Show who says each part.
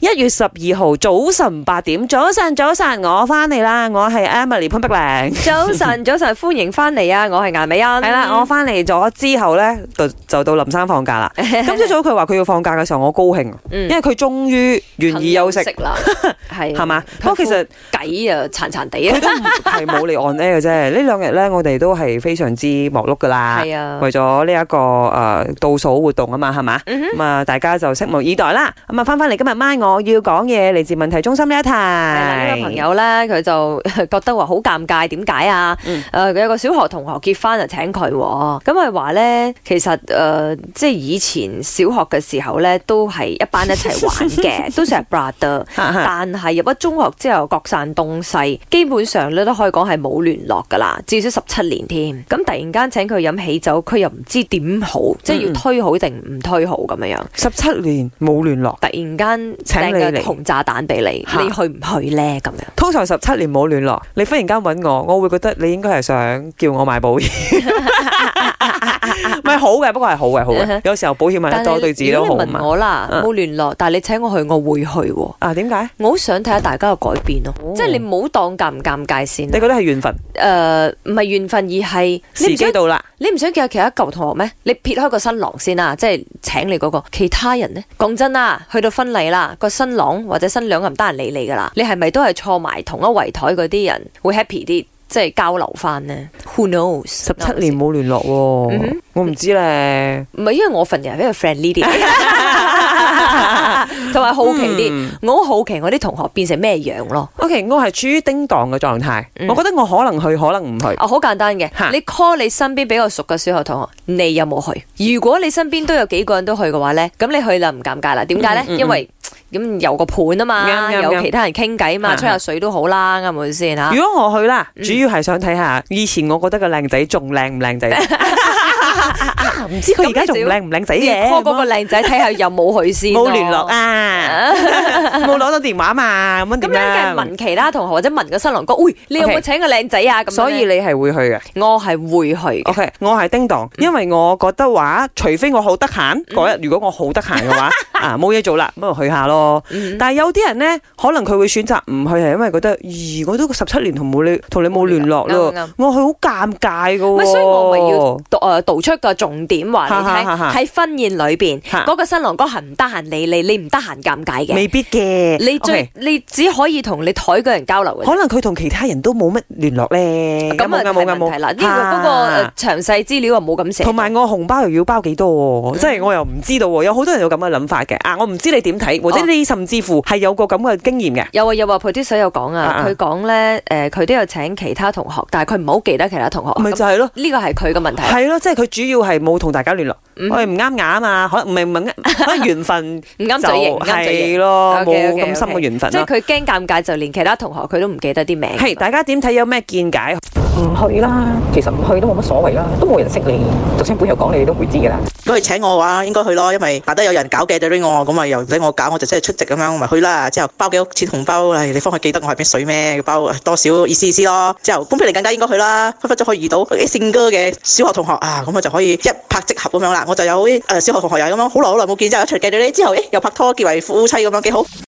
Speaker 1: 一月十二號早晨八點，早晨早晨，我翻嚟啦，我係 Emily 潘碧玲。
Speaker 2: 早晨，早晨，歡迎翻嚟啊！我係顏美欣。
Speaker 1: 係啦，我翻嚟咗之後呢，就就到林生放 假啦。今朝早佢話佢要放假嘅時候，我高興，因
Speaker 2: 嗯
Speaker 1: 為佢終於願意休息，
Speaker 2: 啦， 係
Speaker 1: 係嘛？不
Speaker 2: 佢
Speaker 1: 過其實
Speaker 2: 計啊，殘殘地啊
Speaker 1: 佢，都 唔係冇嚟 on air 嘅啫。呢兩日呢，我哋都係非常之忙碌噶啦。
Speaker 2: 係啊，
Speaker 1: 為咗呢一個誒倒數活動啊嘛，係嘛？
Speaker 2: 嗯哼
Speaker 1: 咁啊，大家就拭目以待啦。咁啊，翻翻嚟今日晚我要講嘢，嚟自問題中心呢一題。
Speaker 2: 係啦，啊呢個朋友咧，佢就 覺得話好尷尬，點解啊？誒、
Speaker 1: 嗯
Speaker 2: 佢有個小學同學結婚就請佢喎，咁佢話咧，其實誒、呃即係以前小學嘅時候咧，都係一班一齊 玩嘅，都成日 brother。但係入咗中學之後各散東西，基本上咧都可以講係冇聯絡㗎啦，至少十七年添。咁突然間請佢飲喜酒，佢又唔知點好，
Speaker 1: 嗯
Speaker 2: 即係要推好定唔推好咁樣樣。
Speaker 1: 十七年冇聯絡，
Speaker 2: 突然間
Speaker 1: 請
Speaker 2: 掟
Speaker 1: 你
Speaker 2: 個
Speaker 1: 嚟
Speaker 2: 紅炸彈俾你，
Speaker 1: 嚇
Speaker 2: 你去唔去呢？咁樣？
Speaker 1: 通常十七年冇聯絡，你忽然間揾我，我會覺得你應該係想叫我買保 險。唔係好嘅，不過係好嘅，好
Speaker 2: 嗯哼
Speaker 1: 嘅。有時候保險買得
Speaker 2: 但係
Speaker 1: 多對自己都好
Speaker 2: 如果
Speaker 1: 啊
Speaker 2: 你問
Speaker 1: 嘛。
Speaker 2: 我啦，
Speaker 1: 嗯
Speaker 2: 冇聯絡，但係你請我去，我會去喎。
Speaker 1: 啊，點解？
Speaker 2: 我好想睇下大家嘅改變咯，
Speaker 1: 哦
Speaker 2: 即係你唔好當尷唔尷尬先。
Speaker 1: 你覺得係緣分，
Speaker 2: 誒，唔係緣分，而係
Speaker 1: 時
Speaker 2: 你唔想
Speaker 1: 機到啦。
Speaker 2: 你唔想叫其他舊同學咩？你撇開個新郎先啦，即係請你嗰、個其他人呢？講真啦，去到婚禮啦，個新郎或者新娘又唔得閒理你噶啦，你係咪都係坐埋同一圍台嗰啲人會 happy 啲，即係交流翻呢 Who knows？
Speaker 1: 十
Speaker 2: 十
Speaker 1: 七年冇聯絡
Speaker 2: 嗯
Speaker 1: 喎
Speaker 2: 哼，
Speaker 1: 我唔知咧。
Speaker 2: 唔係因為我份人比較 friendly 啲，同埋好奇啲。
Speaker 1: 嗯
Speaker 2: 我好好奇我啲同學變成咩樣咯。
Speaker 1: OK，我係處於叮當嘅狀態，
Speaker 2: 嗯
Speaker 1: 我覺得我可能去，可能唔去。
Speaker 2: 啊，好簡單嘅
Speaker 1: 嗯嚇，
Speaker 2: 你 call 你身邊比較熟嘅小學同學，你有冇去？如果你身邊都有幾個人都去嘅話呢，咁你去啦唔尷尬啦。點解呢？
Speaker 1: 嗯嗯嗯
Speaker 2: 因為咁有個伴啊嘛，
Speaker 1: 啱啱
Speaker 2: 有
Speaker 1: 啱
Speaker 2: 其他人傾偈嘛，
Speaker 1: 係
Speaker 2: 吹下水都好啦，啱唔啱先嚇？
Speaker 1: 如果我去啦，
Speaker 2: 嗯
Speaker 1: 主要係想睇下以前我覺得個靚仔仲靚唔靚仔，啊 唔知佢而家仲靚唔靚仔
Speaker 2: 你
Speaker 1: 嘅。
Speaker 2: call 嗰個靚仔睇下有冇去先咯。
Speaker 1: 冇聯絡啊， 冇攞到電話嘛，咁樣
Speaker 2: 咁你
Speaker 1: 點
Speaker 2: 梗係
Speaker 1: 啊？
Speaker 2: 問其他同學或者問個新郎哥，喂，你有冇
Speaker 1: OK
Speaker 2: 請個靚仔啊？咁樣
Speaker 1: 所以哦你係會去嘅
Speaker 2: 我係會去嘅。
Speaker 1: ，OK，我係叮當，
Speaker 2: 嗯
Speaker 1: 因為我覺得話，除非我好得閒嗰日，如果我好得閒嘅 話，啊冇嘢做啦，咁咪去下咯。
Speaker 2: 嗯
Speaker 1: 但係有啲人呢，可能佢會選擇唔去，係因為覺得，咦，我都十七年同冇你同你冇聯絡咯
Speaker 2: 啱，啱
Speaker 1: 我去好尷尬噶
Speaker 2: 咪
Speaker 1: 喎。
Speaker 2: 所以我咪要道誒道出個重點話你聽，
Speaker 1: 哈哈哈哈
Speaker 2: 喺婚宴裏邊
Speaker 1: 哈
Speaker 2: 嗰個新郎哥係唔得閒理你，你唔得閒尷尬嘅。
Speaker 1: 未必嘅，
Speaker 2: 你最
Speaker 1: OK，
Speaker 2: 你只可以同你台嘅人交流嘅啫。
Speaker 1: 可能佢同其他人都冇乜聯絡咧。
Speaker 2: 咁啊
Speaker 1: 有
Speaker 2: 係
Speaker 1: 冇有冇
Speaker 2: 問題啦，呢個嗰個
Speaker 1: 啊
Speaker 2: 誒詳細資料又冇咁寫。
Speaker 1: 同埋我紅包又要包幾
Speaker 2: 嗯
Speaker 1: 多喎？即係我又唔知道喎，有好多人有咁嘅諗法嘅。啊，我唔知你點睇，或者
Speaker 2: 哦
Speaker 1: 你甚至乎係有個咁嘅經驗嘅。
Speaker 2: 有啊有啊，producer 有講啊
Speaker 1: 啊，啊
Speaker 2: 佢講咧誒，佢都有請其他同學，但係佢唔好記得其他同學。啊
Speaker 1: 咪
Speaker 2: 哦咁
Speaker 1: 就係咯，
Speaker 2: 呢個係佢嘅問題。
Speaker 1: 係咯，即係佢主要係冇同大家聯絡，
Speaker 2: 嗯
Speaker 1: 我哋唔啱眼啊嘛，可能唔係唔啱，可能緣分
Speaker 2: 唔 啱
Speaker 1: 就
Speaker 2: 嘴型，唔啱嘴型。
Speaker 1: 係咯，冇
Speaker 2: OK，OK，OK
Speaker 1: 咁深嘅緣分
Speaker 2: 即係
Speaker 1: 咯。
Speaker 2: 佢驚尷尬，就連其他同學佢都唔記得啲名。
Speaker 1: 係大家點睇？有咩見解？
Speaker 3: 唔去啦，其實唔去都冇乜所謂啦，都冇人識你，就算本友講你，你都會知㗎啦。
Speaker 4: 如果佢請我嘅話，應該去咯，因為難得有人搞嘅對我，咁咪又唔使我搞，我就真係出席咁樣，咪去啦。之後包幾多錢紅包，唉，你方佢記得我係邊水咩？包多少意思意思咯。之後潘碧玲更加應該去啦，分分鐘可以遇到啲聖哥嘅小學同學啊，咁我就可以一拍即合咁樣啦。我就有啲誒、呃小學同學又係咁樣，好耐好耐冇見，之後一齊記到呢之後，誒又拍拖結為夫妻咁樣幾好。